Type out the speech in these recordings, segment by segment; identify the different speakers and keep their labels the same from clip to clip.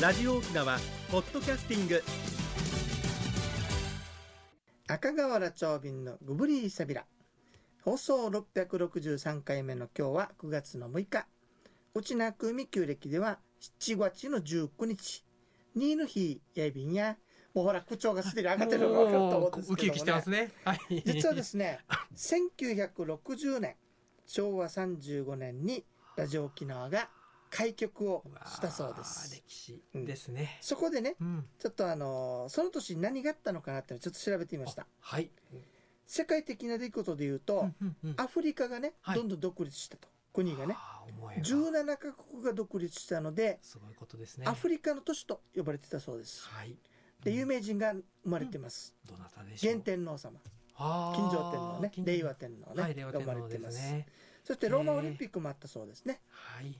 Speaker 1: ラジオ沖縄ポッドキャスティング
Speaker 2: 赤瓦町便のグブリーサビラ放送663回目の今日は9月の6日内那久海旧暦では7月の19日にの日やいびんやもうほら口調がすでに上がってるのが分かると思うんです
Speaker 3: ウキ
Speaker 2: け
Speaker 3: ウキし
Speaker 2: ど
Speaker 3: て
Speaker 2: も
Speaker 3: ま
Speaker 2: ね
Speaker 3: すね。はい。
Speaker 2: 実はですね1960年昭和35年にラジオ沖縄が開局を
Speaker 3: わあ
Speaker 2: したそうです
Speaker 3: 歴史ですね。
Speaker 2: そこでね
Speaker 3: うん。
Speaker 2: ちょっとあのーその年に何があったのかなっていうのをちょっと調べてみました
Speaker 3: はい。
Speaker 2: 世界的な出来事で言うと、
Speaker 3: うんうんうん
Speaker 2: アフリカがね、
Speaker 3: はい
Speaker 2: どんどん独立したと国がね
Speaker 3: ああ思えば
Speaker 2: 17カ国が独立したので、
Speaker 3: すごいことですね。
Speaker 2: アフリカの都市と呼ばれてたそうです
Speaker 3: はい。
Speaker 2: で有名人が生まれてます、
Speaker 3: どなたでしょう。
Speaker 2: 元天皇様
Speaker 3: ああ
Speaker 2: 金城天皇ね
Speaker 3: 金城
Speaker 2: 令和天皇ね、
Speaker 3: はい令和天
Speaker 2: が生
Speaker 3: 皇
Speaker 2: まれ
Speaker 3: で
Speaker 2: てますす
Speaker 3: ね。
Speaker 2: そしてローマオリンピックもあったそうですね
Speaker 3: はい。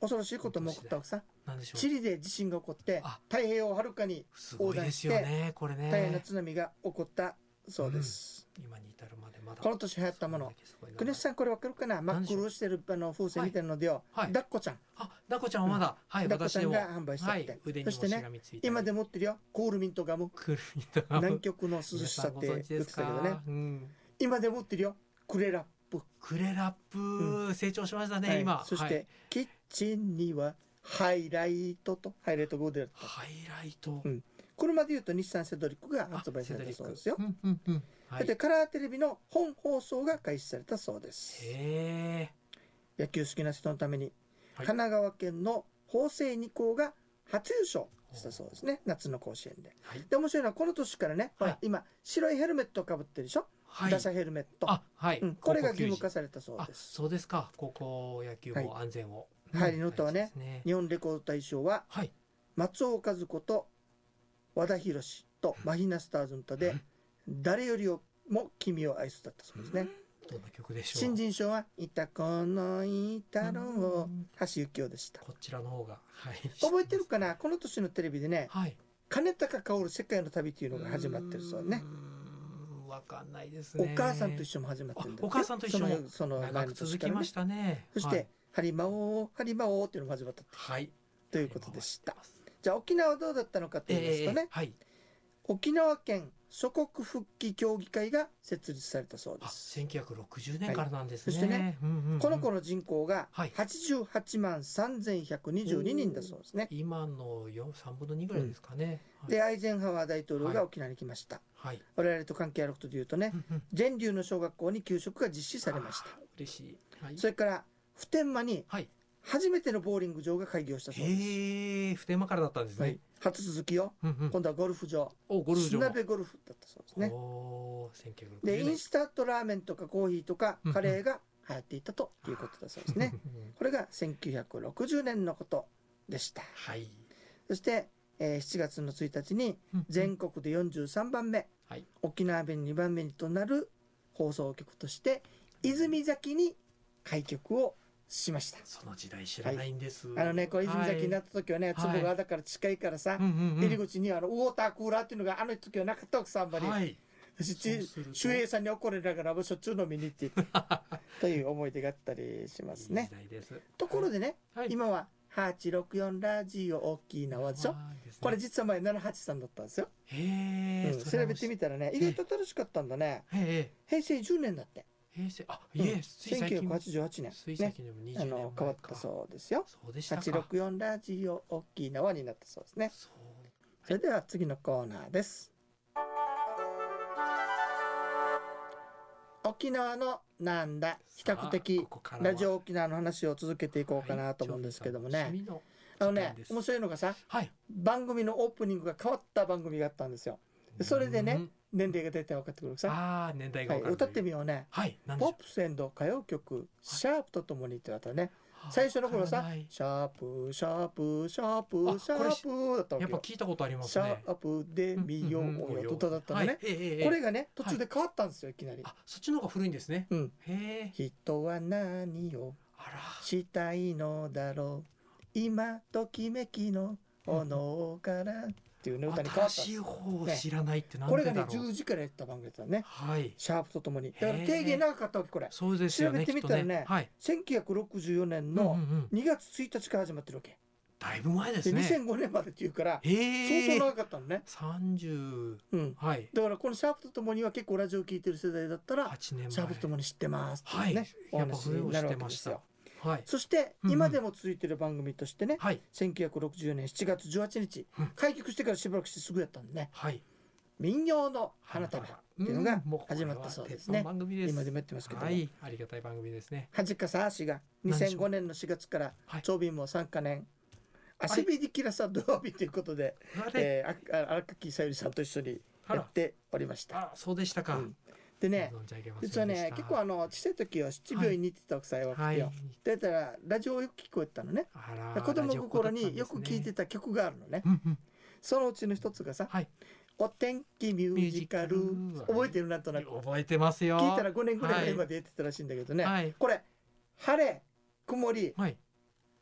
Speaker 2: 恐ろしいことも起こったわけさ
Speaker 3: なんでしょ
Speaker 2: チ
Speaker 3: う。
Speaker 2: リで地震が起こって
Speaker 3: あ
Speaker 2: 太平洋をはるかに
Speaker 3: すごいですよね。これ
Speaker 2: 大変な
Speaker 3: ね。
Speaker 2: 津波が起こったそうです、
Speaker 3: 今に至るまでまだ。
Speaker 2: この年流行ったものクネスさんこれわかるかな真
Speaker 3: 何
Speaker 2: っ
Speaker 3: でしょう
Speaker 2: 黒してるあの風船みたいなのでよ、
Speaker 3: はいはい
Speaker 2: だっこちゃん
Speaker 3: あ、ダコちゃんはまだ、はい、
Speaker 2: ダッコ
Speaker 3: 私
Speaker 2: ちゃ
Speaker 3: で
Speaker 2: ん
Speaker 3: も。
Speaker 2: が販売した
Speaker 3: は
Speaker 2: っ
Speaker 3: い
Speaker 2: て、、
Speaker 3: 腕に
Speaker 2: そ
Speaker 3: も
Speaker 2: して
Speaker 3: し
Speaker 2: ね
Speaker 3: がみついて。
Speaker 2: 今で持ってるよコールミントガム
Speaker 3: くるみとか。
Speaker 2: 南極の涼しさって言っ
Speaker 3: 皆さんご存
Speaker 2: て
Speaker 3: 知です
Speaker 2: たけどね
Speaker 3: かうん。
Speaker 2: 今で持ってるよクレラップ、
Speaker 3: クレラップ成長しましたね、
Speaker 2: はい
Speaker 3: 今
Speaker 2: そして、
Speaker 3: はい
Speaker 2: キッチンにはハイライトとハイライトゴーデル
Speaker 3: ハイライト
Speaker 2: うん車でいうと日産セドリックが
Speaker 3: あ
Speaker 2: 発売されたそうです
Speaker 3: セド
Speaker 2: よ
Speaker 3: リックうんうんうんは
Speaker 2: そし
Speaker 3: い
Speaker 2: てカラーテレビの本放送が開始されたそうです
Speaker 3: へ
Speaker 2: 野球好きな人のために、
Speaker 3: はい
Speaker 2: 神奈川県の法政二校が初優勝したそうですね夏の甲子園で
Speaker 3: ーはい
Speaker 2: で面白いのはこの年からね、ほら
Speaker 3: はい
Speaker 2: 今白いヘルメットをかぶってるでしょ、
Speaker 3: はい
Speaker 2: 打者ヘルメット、
Speaker 3: あはい、
Speaker 2: うん、これが
Speaker 3: 高
Speaker 2: 義
Speaker 3: 校球児
Speaker 2: 務化されたそう
Speaker 3: あ
Speaker 2: です
Speaker 3: そうですか高校野球も安全を
Speaker 2: はい
Speaker 3: うん
Speaker 2: 入りの歌はね
Speaker 3: 大事です
Speaker 2: 日本レコード大賞は
Speaker 3: はい
Speaker 2: 松尾和子と和田博とマヒナスターズの歌で
Speaker 3: うん
Speaker 2: 誰よりも君を愛すだったそうですね
Speaker 3: どんな曲でしょう
Speaker 2: 新人賞はいたこのいたろ
Speaker 3: う
Speaker 2: うん橋幸夫でした
Speaker 3: こちらの方がはい
Speaker 2: 覚えてるかなこの年のテレビでね
Speaker 3: はい
Speaker 2: 「金高薫世界の旅」っていうのが始まってるそうね
Speaker 3: うーんわかんないです
Speaker 2: お
Speaker 3: ね
Speaker 2: 母さんと一
Speaker 3: 緒
Speaker 2: 緒も始まってるんだって
Speaker 3: あお母さんと一緒も
Speaker 2: そのその前の
Speaker 3: 長く続きましたね
Speaker 2: そして「ハリマオハリマオ」っていうのが始まった
Speaker 3: はい、はい、
Speaker 2: ということでした
Speaker 3: 回してます
Speaker 2: じゃあ沖縄はどうだったのかと言います
Speaker 3: え
Speaker 2: とね
Speaker 3: ー、はい
Speaker 2: 沖縄県祖国復帰協議会が設立されたそうで
Speaker 3: あ、
Speaker 2: す
Speaker 3: 1960年からなんです
Speaker 2: はいそし
Speaker 3: ね。
Speaker 2: てね
Speaker 3: うんうんうん
Speaker 2: この子の人口が
Speaker 3: はい
Speaker 2: 88万3122人だそうですね
Speaker 3: 今のよ3分の2ぐらいですかね。はい
Speaker 2: でアイゼンハワー大統領が沖縄に来ました
Speaker 3: はい。
Speaker 2: 我々と関係あることでいうとね全流の小学校に給食が実施されまし
Speaker 3: あー。嬉しい。はい
Speaker 2: たそ。れから普天間に
Speaker 3: はい。
Speaker 2: 初めてのボーリング場が開業したそうです
Speaker 3: へえ、普天間からだったんです
Speaker 2: はい
Speaker 3: ね。
Speaker 2: 初続きよ
Speaker 3: うんうん
Speaker 2: 今度はゴルフ場
Speaker 3: お、ゴルフ場
Speaker 2: 砂
Speaker 3: も。
Speaker 2: 鍋ゴルフだったそうですね
Speaker 3: おー、1960
Speaker 2: でイン
Speaker 3: 年。
Speaker 2: スタントラーメンとかコーヒーとか
Speaker 3: うんうん
Speaker 2: カレーが流行っていたということだそうです ねこれが1960年のことでした
Speaker 3: はい。
Speaker 2: そして、えー7月の1日に全国で43番目
Speaker 3: はい。
Speaker 2: 沖縄弁2番目にとなる放送局として泉崎に開局をしました
Speaker 3: その時代知らないんです。
Speaker 2: あのねこれ泉崎にな
Speaker 3: っ
Speaker 2: った時はね
Speaker 3: はい
Speaker 2: 坪がだから近いからさ
Speaker 3: たうんうんうん。
Speaker 2: 入り口にあのウォータークーラーっていうのがあの時はなかったわけさあんまり
Speaker 3: はい。
Speaker 2: そして
Speaker 3: そうすると
Speaker 2: 守衛さんに怒られながらもしょっちゅう飲みに行って いたという思い出があったりします
Speaker 3: いい
Speaker 2: ね
Speaker 3: 時。代です。
Speaker 2: ところでね、
Speaker 3: はい、
Speaker 2: 今は864ラジオ沖縄でしょ、
Speaker 3: あーですね
Speaker 2: これ実は前783だったんですよ、
Speaker 3: へえ、
Speaker 2: うん
Speaker 3: それ
Speaker 2: 調
Speaker 3: は
Speaker 2: べてみたらね意外と楽しかったんだね
Speaker 3: へえ、
Speaker 2: 平成10年だって
Speaker 3: 平成、あ、
Speaker 2: うん
Speaker 3: いえ、つい最近。
Speaker 2: 1988年
Speaker 3: 水
Speaker 2: ね
Speaker 3: 先でも20
Speaker 2: あ
Speaker 3: 年
Speaker 2: の変わった
Speaker 3: う。
Speaker 2: そうですよ
Speaker 3: そうでしたか。
Speaker 2: 864ラジオ沖縄になったそうですね
Speaker 3: そう。
Speaker 2: それでは次のコーナーです沖縄のなんだ比較
Speaker 3: さ
Speaker 2: 的
Speaker 3: あここからは
Speaker 2: ラジオ沖縄の話を続けていこうかなと思うんですけどもね、
Speaker 3: はいちょっ
Speaker 2: あ
Speaker 3: と
Speaker 2: の
Speaker 3: 楽
Speaker 2: ね
Speaker 3: しみ時間です
Speaker 2: 面白いのがさ
Speaker 3: はい。
Speaker 2: 番組のオープニングが変わった番組があったんですよでそれでね
Speaker 3: うん。
Speaker 2: 年齢が大体分かってくるさ、
Speaker 3: ああ、年代が
Speaker 2: はい、
Speaker 3: 分かる。
Speaker 2: 歌ってみようね
Speaker 3: はい。なんでし
Speaker 2: ポッ
Speaker 3: ょ
Speaker 2: プス歌謡曲「シャープとともに」ってなったね
Speaker 3: う。
Speaker 2: 最初の頃
Speaker 3: わ
Speaker 2: さ
Speaker 3: からない
Speaker 2: 「シャープシャープシャー
Speaker 3: あこ
Speaker 2: プ
Speaker 3: れ
Speaker 2: シャープ」だったわ
Speaker 3: やっ
Speaker 2: け
Speaker 3: ぱ
Speaker 2: よ
Speaker 3: 聞いたことあ
Speaker 2: 「
Speaker 3: ります
Speaker 2: シ
Speaker 3: ね
Speaker 2: ャ。ープで見ようよ」と歌だったの
Speaker 3: はい
Speaker 2: ね、
Speaker 3: ええええ
Speaker 2: これがね途中で変わったんですよいきなり
Speaker 3: あ、そっちの方が古いんですね。
Speaker 2: うん
Speaker 3: へえ
Speaker 2: 「。人は何を
Speaker 3: あら。
Speaker 2: したいのだろう今ときめきの炎から」っていうね歌に変わ
Speaker 3: 新
Speaker 2: ったんです
Speaker 3: しい方を知らないってなん
Speaker 2: これ
Speaker 3: で
Speaker 2: が
Speaker 3: だ
Speaker 2: ね
Speaker 3: ろ
Speaker 2: 10
Speaker 3: う。
Speaker 2: 時からやってた番組だったね
Speaker 3: はい。
Speaker 2: シャープとともにだから
Speaker 3: へえ
Speaker 2: 定義長かったわけこれ
Speaker 3: そうですよね。
Speaker 2: 調べてみたらね
Speaker 3: きっとはい。
Speaker 2: 1964年
Speaker 3: うん
Speaker 2: の
Speaker 3: うんうん
Speaker 2: 2月1日から始まってるわけ
Speaker 3: だいぶ前で
Speaker 2: です
Speaker 3: ね。
Speaker 2: 2005年までっていうから
Speaker 3: え
Speaker 2: 相
Speaker 3: え
Speaker 2: 当長かったのね、
Speaker 3: 三十
Speaker 2: うん、
Speaker 3: はい
Speaker 2: だからこのシャープとともには結構ラジオ聞いてる世代だったら
Speaker 3: 八年前。
Speaker 2: シャープとともに知ってますっていうね、
Speaker 3: はい
Speaker 2: お話になるわけです
Speaker 3: やっ
Speaker 2: よ
Speaker 3: はい
Speaker 2: そして
Speaker 3: うんうん
Speaker 2: 今でも続いてる番組としてね、
Speaker 3: はい
Speaker 2: 1960年7月18日、
Speaker 3: うん
Speaker 2: 開局してからしばらくしてすぐやったんでね
Speaker 3: はい。
Speaker 2: 民謡の花束っていうのが始まったそうですね、
Speaker 3: んもこれは鉄の番組です。
Speaker 2: 今でもやってますけども、
Speaker 3: はい、ありがたい番組ですね。
Speaker 2: はじかさあしが
Speaker 3: 何でしょ
Speaker 2: 2005年の4月から
Speaker 3: はい
Speaker 2: 長瓶も参加年
Speaker 3: れ
Speaker 2: 足ビリキラさん土曜日ということで、
Speaker 3: あれ、
Speaker 2: えー、ああ荒垣さゆりさんと一緒に
Speaker 3: あ
Speaker 2: や
Speaker 3: ら
Speaker 2: っ、ておりました。
Speaker 3: あ、そうでしたか。
Speaker 2: うんでね
Speaker 3: 飲んじゃいけません
Speaker 2: 実
Speaker 3: でした
Speaker 2: はね結構あの小さい時は七病院に行ってた奥さんは
Speaker 3: はい。
Speaker 2: だからラジオをよく聞こえてたのね
Speaker 3: あら、
Speaker 2: 子供心によく聞いて
Speaker 3: た。
Speaker 2: た曲があるのね
Speaker 3: うんうん。
Speaker 2: そのうちの一つがさ
Speaker 3: はい。
Speaker 2: 「お天気ミュージカル
Speaker 3: ミュージ」カル
Speaker 2: 覚えてるなんとなく
Speaker 3: 覚えてますよ。
Speaker 2: 聞いたら5年ぐらい
Speaker 3: は
Speaker 2: 前
Speaker 3: い
Speaker 2: までやってたらしいんだけどね、
Speaker 3: はい。
Speaker 2: これ晴れ曇り
Speaker 3: はい。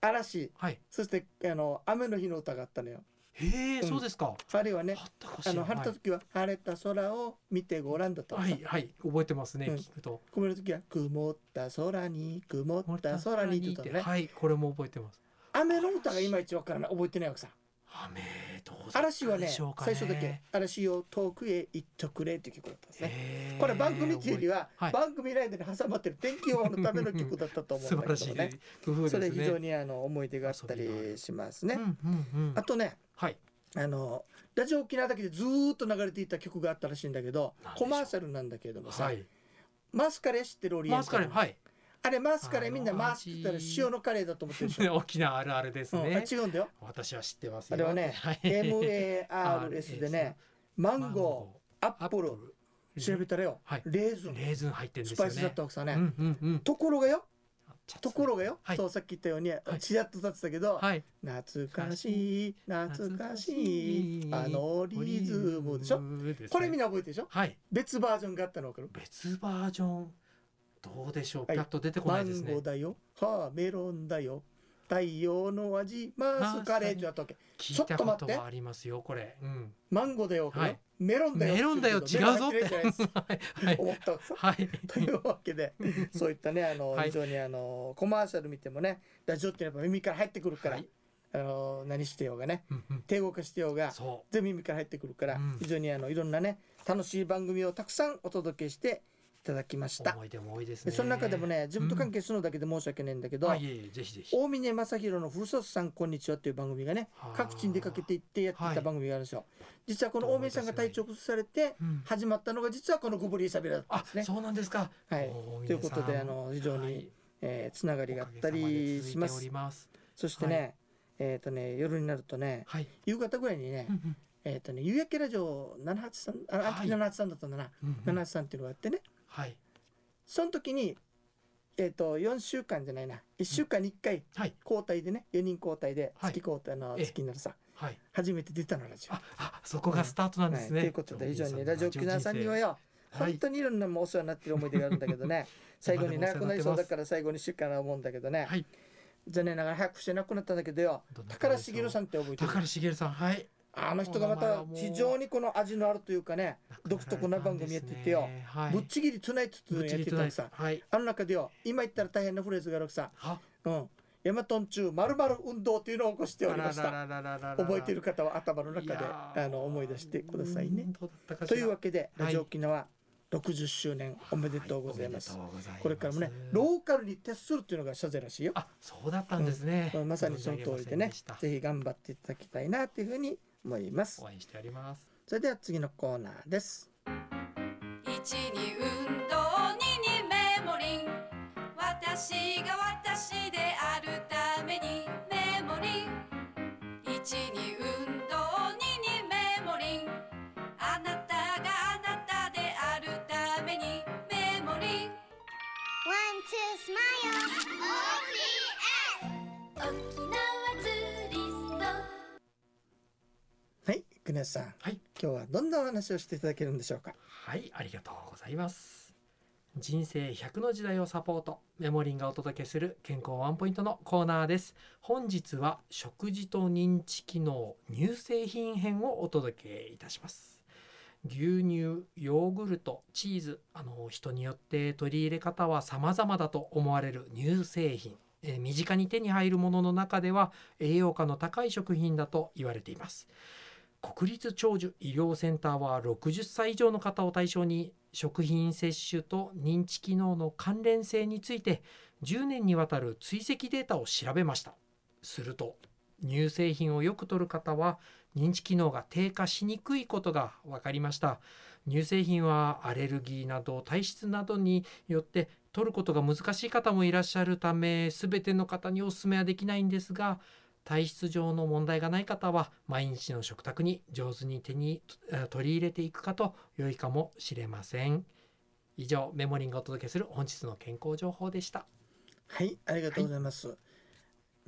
Speaker 2: 嵐
Speaker 3: はい。
Speaker 2: そしてあの雨の日の歌があったのよ。
Speaker 3: へえ、
Speaker 2: うん
Speaker 3: そうですか。
Speaker 2: あるいはね
Speaker 3: あったかし
Speaker 2: あ
Speaker 3: ら。
Speaker 2: の晴れた時は晴れた空を見てごらんだとか
Speaker 3: は
Speaker 2: さ、
Speaker 3: い、はい、覚えてますね。
Speaker 2: うん
Speaker 3: 聞くと。
Speaker 2: 曇りの時は曇った空に曇った空にって言ったのね、
Speaker 3: はい、これも覚えてます。
Speaker 2: 雨の歌がいまいちわからない覚えてないわけさ
Speaker 3: 雨どうだったで
Speaker 2: 嵐はね
Speaker 3: しょうか
Speaker 2: 最初だけ「嵐よ遠くへ行っとくれ」っていう曲だったんですね、
Speaker 3: へえ
Speaker 2: これ番組っていうよりは、
Speaker 3: 覚えて
Speaker 2: 番組ラインに挟まってる天気予報のための曲だったと思う
Speaker 3: 素
Speaker 2: ん
Speaker 3: 晴
Speaker 2: だけ
Speaker 3: らし
Speaker 2: ど
Speaker 3: い
Speaker 2: ね
Speaker 3: 工夫です
Speaker 2: そ
Speaker 3: ね。
Speaker 2: れ非常にあの思い出があったりしますね、
Speaker 3: うんうんうん。
Speaker 2: あとね
Speaker 3: はい。
Speaker 2: あのラジオ沖縄だけでずーっと流れていた曲があったらしいんだけど
Speaker 3: 何でし
Speaker 2: コ
Speaker 3: ょう
Speaker 2: マーシャルなんだけれどもさ、
Speaker 3: はい。
Speaker 2: マスカレー知ってるオリエンタ
Speaker 3: マ
Speaker 2: ル
Speaker 3: スカレーはい。
Speaker 2: あれマスカレーみんな
Speaker 3: あの
Speaker 2: 回してたら
Speaker 3: 味
Speaker 2: 塩のカレーだと思ってる でしょ、
Speaker 3: 沖縄あるあるです
Speaker 2: うんあ
Speaker 3: ね。
Speaker 2: 違うんだよ
Speaker 3: 私は知ってます
Speaker 2: あれはね MARS でねマンゴーア
Speaker 3: ア
Speaker 2: ップル調べ
Speaker 3: て
Speaker 2: たらよ、
Speaker 3: はい
Speaker 2: レーズン
Speaker 3: レーズン入ってるん
Speaker 2: ス
Speaker 3: ですよ
Speaker 2: パ
Speaker 3: ね。
Speaker 2: イスだったわけさね、
Speaker 3: うんうんうん。
Speaker 2: ところがよところがよ、
Speaker 3: はい
Speaker 2: そうさっき言ったように、ちらっと立ってたけど、
Speaker 3: はい。
Speaker 2: 懐かしい懐かしいあのリズムでしょこれみん
Speaker 3: な。
Speaker 2: な覚えてるでしょ
Speaker 3: はい。
Speaker 2: 別バージョンがあったの分かる
Speaker 3: 別バージョンどうでしょう。
Speaker 2: はい
Speaker 3: パッと出てこ
Speaker 2: マ
Speaker 3: ないです
Speaker 2: ン
Speaker 3: ね
Speaker 2: ゴー。だよ、はあ、メロンだよ太陽の味マスカレーってあったわけ
Speaker 3: 聞いたことはありますよこれ。うん。
Speaker 2: マンゴーだよ、
Speaker 3: はい
Speaker 2: メロンだよ
Speaker 3: メロンだよ
Speaker 2: って言
Speaker 3: 違うぞ
Speaker 2: けどメロン入ってるやつじゃないです
Speaker 3: はいはい
Speaker 2: 思ったわけさ
Speaker 3: はい。
Speaker 2: というわけでそういったねあの、
Speaker 3: はい
Speaker 2: 非常にあのコマーシャル見てもねラジオってやっぱ耳から入ってくるから、
Speaker 3: はい
Speaker 2: あの何してようがね
Speaker 3: うんうん
Speaker 2: 手動かしてようが
Speaker 3: そ
Speaker 2: 全部耳から入ってくるから、
Speaker 3: うん
Speaker 2: 非常にあのいろんなね楽しい番組をたくさんお届けしていただきまし
Speaker 3: う。
Speaker 2: た
Speaker 3: 思い出も多いです
Speaker 2: で
Speaker 3: ね。
Speaker 2: その中でもね自分と関係するのだけで申し訳ないんだけど、
Speaker 3: あいえいえぜひぜひ。
Speaker 2: 大峰正弘の「ふるさとさんこんにちは」っていう番組がね
Speaker 3: はあ
Speaker 2: 各地に出かけていってやっていた番組があるんですよ、実はこの大峰さんが体調崩されて
Speaker 3: うん
Speaker 2: 始まったのが実はこの「グブリーサビラ」だったん
Speaker 3: あ
Speaker 2: ですね
Speaker 3: そうなんですか。
Speaker 2: はい
Speaker 3: お
Speaker 2: ということで
Speaker 3: 皆さん
Speaker 2: あの非常に
Speaker 3: はい
Speaker 2: えーつながりがあったりしま
Speaker 3: おかげさまで続いてお
Speaker 2: す
Speaker 3: ります。
Speaker 2: そしてね、えっ、とね夜になるとね
Speaker 3: はい。
Speaker 2: 夕方ぐらいにね、
Speaker 3: うんうん
Speaker 2: えっ、とね夕焼けラジオ783あの
Speaker 3: はい
Speaker 2: 783だったんだな、
Speaker 3: うんうん
Speaker 2: 783っていうのがあってね
Speaker 3: はい
Speaker 2: その時にえっ、と4週間じゃないな1週間に1回
Speaker 3: はい
Speaker 2: 交代でね4人交代で
Speaker 3: はい
Speaker 2: 月交代、あの
Speaker 3: ええ
Speaker 2: 月になるさ
Speaker 3: はい。
Speaker 2: 初めて出たのラジオ。
Speaker 3: ああそこがスタートなんですね。
Speaker 2: はい、ということで以上にラジオ沖縄さんには
Speaker 3: や
Speaker 2: よ
Speaker 3: はい
Speaker 2: 本当にいろんなもうお世話になってる思い出があるんだけど ね最後に長くなりそうだから最後にしようかな思うんだけどね、
Speaker 3: はい
Speaker 2: 残念ながら早くして亡くなったんだけどよ
Speaker 3: どんな方
Speaker 2: 宝
Speaker 3: ですか
Speaker 2: 重さんって覚えてる
Speaker 3: 高橋茂さんはい。
Speaker 2: あの人がまた非常にこの味のあるというかね独特な番組やっててよ
Speaker 3: はい。
Speaker 2: ぶっちぎりトゥナイトっていう
Speaker 3: ぶ
Speaker 2: の
Speaker 3: っ
Speaker 2: や
Speaker 3: ち
Speaker 2: っ
Speaker 3: ぎ
Speaker 2: てた
Speaker 3: りと
Speaker 2: の
Speaker 3: ない
Speaker 2: さ
Speaker 3: はい。
Speaker 2: あの中でよ今言ったら大変なフレーズがあるわけさ
Speaker 3: あ
Speaker 2: うんヤマトン中まるまる運動というのを起こしておりまし
Speaker 3: あ
Speaker 2: た
Speaker 3: らららららら
Speaker 2: 覚えている方は頭の中
Speaker 3: い
Speaker 2: で
Speaker 3: や
Speaker 2: あ
Speaker 3: ー
Speaker 2: の思い出してくださいうね
Speaker 3: んどうだったかし
Speaker 2: と
Speaker 3: ら
Speaker 2: いうわけで
Speaker 3: はい
Speaker 2: ラジオ沖縄60周年おめでとうございます
Speaker 3: はおめでとうございます
Speaker 2: これからもねローカルに徹するっていうのが謝罪らしいよ
Speaker 3: あそうだったんですね、
Speaker 2: うんまさにその通りでね
Speaker 3: 存じ上げません
Speaker 2: ぜひ頑張っていただきたいなというふうに思いま
Speaker 3: した
Speaker 2: す
Speaker 3: 応援しております
Speaker 2: それでは次のコーナーです
Speaker 4: 一に運動二にメモリン私が私であるためにメモリン一に運動二にメモリンあなたがあなたであるためにメモリン
Speaker 5: One, two, smile.
Speaker 4: 沖縄ツ
Speaker 5: OPS.
Speaker 4: ーリスト
Speaker 2: はい国安さん
Speaker 3: はい
Speaker 2: 今日はどんなお話をしていただけるんでしょうか
Speaker 3: はいありがとうございます人生100の時代をサポートメモリンがお届けする健康ワンポイントのコーナーです本日は食事と認知機能乳製品編をお届けいたします牛乳ヨーグルトチーズあの人によって取り入れ方は様々だと思われる乳製品えー身近に手に入るものの中では栄養価の高い食品だと言われています国立長寿医療センターは60歳以上の方を対象に食品摂取と認知機能の関連性について10年にわたる追跡データを調べましたすると乳製品をよく摂る方は認知機能が低下しにくいことが分かりました乳製品はアレルギーなど体質などによって摂ることが難しい方もいらっしゃるため全ての方にお勧めはできないんですが体質上の問題がない方は毎日の食卓に上手に手にえー取り入れていくかと良いかもしれません以上メモリンがお届けする本日の健康情報でした
Speaker 2: はい、ありがとうございます。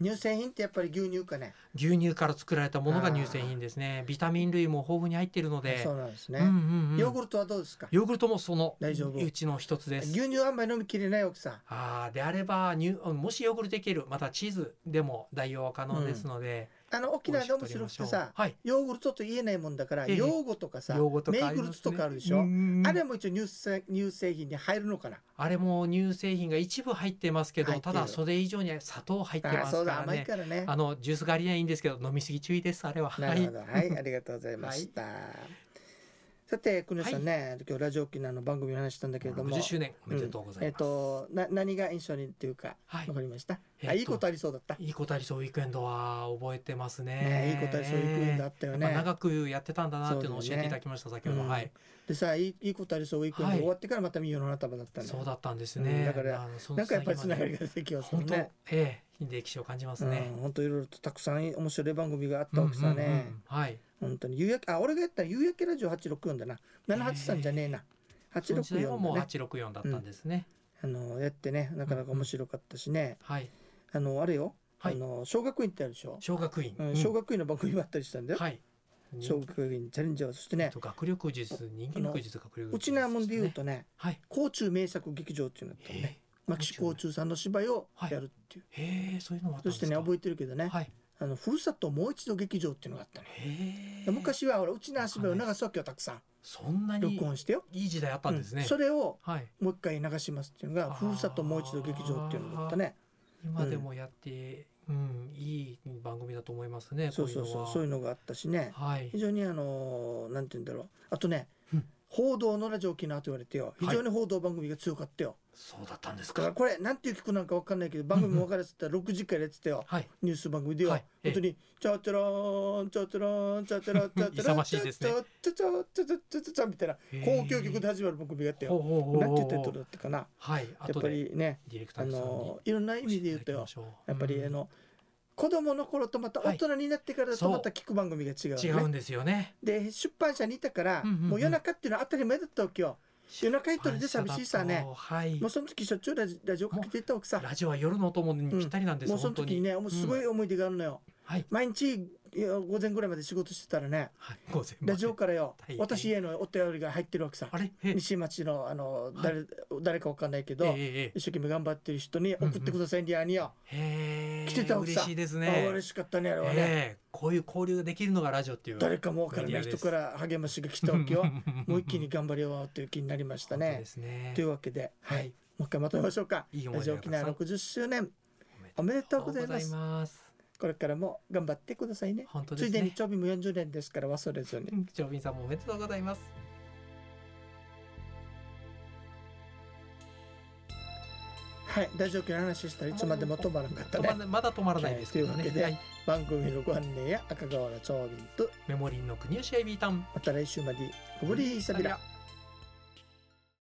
Speaker 2: 乳製品ってやっぱり牛乳かね。
Speaker 3: 牛乳から作られたものが乳製品ですねビタミン類も豊富に入っているので
Speaker 2: そうなんですね、
Speaker 3: うんうんうん
Speaker 2: ヨーグルトはどうですか。
Speaker 3: ヨーグルトもその
Speaker 2: 大丈夫
Speaker 3: うちの一つです
Speaker 2: 牛乳あんまり飲みきれない奥さん。
Speaker 3: あーであれば乳もしヨーグルトいけるまたチーズでも代用は可能ですので、
Speaker 2: あの沖縄で
Speaker 3: 美
Speaker 2: 面
Speaker 3: 味しく
Speaker 2: 白く
Speaker 3: 取り
Speaker 2: て
Speaker 3: ましょう
Speaker 2: さ、
Speaker 3: はい
Speaker 2: ヨーグルトと言えないもんだから、
Speaker 3: ええ
Speaker 2: ヨーゴとかさ、
Speaker 3: ヨーグルト
Speaker 2: メ
Speaker 3: とか
Speaker 2: イ
Speaker 3: あり
Speaker 2: グ
Speaker 3: ますね
Speaker 2: ルトとかあるでしょ。
Speaker 3: うん
Speaker 2: あれも一応乳製乳製品に入るのかな。
Speaker 3: あれも乳製品が一部入ってますけど
Speaker 2: 入って
Speaker 3: た
Speaker 2: る
Speaker 3: だそれ以上に砂糖入って
Speaker 2: ああ
Speaker 3: ま
Speaker 2: そ
Speaker 3: す
Speaker 2: う
Speaker 3: か
Speaker 2: だ
Speaker 3: ら
Speaker 2: 甘い
Speaker 3: ね
Speaker 2: からね。
Speaker 3: あのジュース狩りはいいんですけど飲みすぎ注意ですあれは
Speaker 2: な
Speaker 3: は
Speaker 2: る
Speaker 3: い
Speaker 2: ほど、はい、ありがとうございました。さて、国吉さんね、今日ラジオ沖縄の番組の話したんだけれども。
Speaker 3: 50周年おめでとうござ
Speaker 2: え
Speaker 3: い
Speaker 2: っ
Speaker 3: ます、
Speaker 2: と、な、何が印象にっていうか、
Speaker 3: は
Speaker 2: わか
Speaker 3: い
Speaker 2: りました。
Speaker 3: えっ
Speaker 2: あ、
Speaker 3: と
Speaker 2: いいことありそうだった。
Speaker 3: いいことありそうウィークエンドは覚えてますね
Speaker 2: ね、いいことありそう、いいことあったよ
Speaker 3: やっぱ
Speaker 2: ね。
Speaker 3: 長くやってたんだなっていうのを
Speaker 2: そうだ
Speaker 3: 教
Speaker 2: よ
Speaker 3: え
Speaker 2: ね
Speaker 3: ていただきました、先ほど、
Speaker 2: うん
Speaker 3: はい
Speaker 2: でさ、いい、いいことありそう、ウィークエンド
Speaker 3: はい
Speaker 2: 終わってから、また見ようの花束だったんだ
Speaker 3: そ
Speaker 2: よ
Speaker 3: うだったんです
Speaker 2: うん
Speaker 3: ね、
Speaker 2: だから
Speaker 3: あのその
Speaker 2: なんかやっぱりつ
Speaker 3: つ
Speaker 2: な
Speaker 3: な
Speaker 2: が
Speaker 3: が
Speaker 2: り
Speaker 3: り
Speaker 2: が出てきますもん
Speaker 3: 本当、
Speaker 2: ね。
Speaker 3: ええ歴史を感じますね、
Speaker 2: うん、本当いろいろとたくさん面白い番組があったわけさね、
Speaker 3: うんうんうんはい
Speaker 2: 本当に夕焼けあ俺がやったら夕焼けラジオ864だな783じゃねえな、
Speaker 3: その時代は
Speaker 2: 864
Speaker 3: もう
Speaker 2: だね
Speaker 3: 864だったんですね、
Speaker 2: あのやってねなかなか面白かったしね、
Speaker 3: はい
Speaker 2: あのあれよ、
Speaker 3: はい
Speaker 2: あの小学院ってあるでしょ、
Speaker 3: 小学院、
Speaker 2: う、
Speaker 3: うんん
Speaker 2: 小学院の番組もあったりしたんだよ、
Speaker 3: はい
Speaker 2: 小学院チャレンジャーそしてね
Speaker 3: えっと学力術人間力術学力術
Speaker 2: うちなもんで言うとね
Speaker 3: はい
Speaker 2: 甲虫名作劇場っていうのだったのね
Speaker 3: え
Speaker 2: 牧師甲虫さんの芝居をやるっていう、
Speaker 3: えへえそういうのもあったん
Speaker 2: そし
Speaker 3: ですか
Speaker 2: てね覚えてるけどね、
Speaker 3: はい
Speaker 2: あのふるさとをもう一度劇場っていうのがあったのよ
Speaker 3: へえ
Speaker 2: で昔はほらうちの芝居を流すわけよたくさん
Speaker 3: そんなに
Speaker 2: 録音してよ、
Speaker 3: いい時代あったんですね、
Speaker 2: うんそれを
Speaker 3: はい
Speaker 2: もう一回流しますっていうのが「
Speaker 3: あ
Speaker 2: ふ
Speaker 3: ー
Speaker 2: るさともう一度劇場」っていうのだったね
Speaker 3: 今でもやってうん、いい番組だと思いますね
Speaker 2: そうそうそうそういう
Speaker 3: う
Speaker 2: のがあったしね
Speaker 3: はい
Speaker 2: 非常にあのーなんて言うんだろうあとね、
Speaker 3: うん
Speaker 2: 報道のラジオ沖縄と言われてよ非常に報道番組が強かったよ、
Speaker 3: そうだったんです
Speaker 2: だから
Speaker 3: か
Speaker 2: これなんていう曲なんかわかんないけど番組も分からせたら6時からやってたよ
Speaker 3: はい
Speaker 2: ニュース番組でよ、
Speaker 3: はい
Speaker 2: 本当に「チャチャラーンチャチャラーンチャチャラーンチャチャラーンチ
Speaker 3: 勇ましい
Speaker 2: ャ
Speaker 3: です
Speaker 2: チャ
Speaker 3: ね
Speaker 2: ラーンチャチャラーンチャチャチャチャチャ」みたいな公共曲で
Speaker 3: っ
Speaker 2: 始まる番組があった
Speaker 3: て
Speaker 2: よ
Speaker 3: ほうほうほう
Speaker 2: なんていうタイトルだったかな
Speaker 3: はい
Speaker 2: やっ
Speaker 3: 後
Speaker 2: ぱ
Speaker 3: で
Speaker 2: りね
Speaker 3: ディレクタ
Speaker 2: あ
Speaker 3: ーさんに
Speaker 2: のーいろんな意味で言うとよやっぱりあの、子供の頃とまた
Speaker 3: は
Speaker 2: 大
Speaker 3: い
Speaker 2: 人になってからだと
Speaker 3: そう
Speaker 2: また聞く番組が違う,、ね
Speaker 3: 違うんですよね
Speaker 2: で出版社にいたから、
Speaker 3: うんうんうん
Speaker 2: もう夜中っていうのは当たり前だったわけよ夜中一人で寂しいさね
Speaker 3: はい
Speaker 2: もうその時しょっちゅうラジラジオかけていたわけさ
Speaker 3: ラジオは夜のお供にぴったりなんです、
Speaker 2: もうその
Speaker 3: 本当
Speaker 2: 時
Speaker 3: に
Speaker 2: にねもうすごい
Speaker 3: うん
Speaker 2: 思い出があるのよ、
Speaker 3: はい
Speaker 2: 毎日いや午前ぐらいまで仕事してたらね
Speaker 3: はい午前まで
Speaker 2: ラジオからよ
Speaker 3: 大変
Speaker 2: 私へのお便りが入ってるわけさ
Speaker 3: あれええ
Speaker 2: 西町のあの
Speaker 3: はい
Speaker 2: 誰,、誰かわかんないけど、
Speaker 3: えええ
Speaker 2: 一生懸命頑張ってる人に送ってください、リアによ、
Speaker 3: えへえ
Speaker 2: 来てたわけさ
Speaker 3: 嬉しいです
Speaker 2: あ
Speaker 3: ね
Speaker 2: 嬉しかったねあれはね、
Speaker 3: ええこういう交流ができるのがラジオっていう
Speaker 2: 誰かもわからない人から励ましが来たわけよもう一気に頑張りようという気になりました
Speaker 3: 本当
Speaker 2: ね
Speaker 3: ですね
Speaker 2: というわけで、は、
Speaker 3: はいい
Speaker 2: もう一回まとめましょうか
Speaker 3: いい思
Speaker 2: ラ
Speaker 3: い
Speaker 2: ジ
Speaker 3: 出
Speaker 2: オ
Speaker 3: が
Speaker 2: 沖
Speaker 3: たくさん
Speaker 2: 縄60周年おめでとうございます
Speaker 3: おめでとうございます
Speaker 2: これからも頑張ってくださいね
Speaker 3: 本当で
Speaker 2: つ
Speaker 3: す
Speaker 2: いでに
Speaker 3: ね
Speaker 2: 長尾も40年ですから忘れずに
Speaker 3: うんジョビンさんもおめでとうございます
Speaker 2: はいラジオ沖縄の話したらいつまでも止まらなかった
Speaker 3: 止ま
Speaker 2: ね
Speaker 3: らまだ止まらないですけど
Speaker 2: はい
Speaker 3: ね
Speaker 2: というわけで
Speaker 3: はい
Speaker 2: 番組のご案内や赤川原長尾と
Speaker 3: メモリーの国吉エビータン
Speaker 2: また来週までご無理さびら
Speaker 3: さびら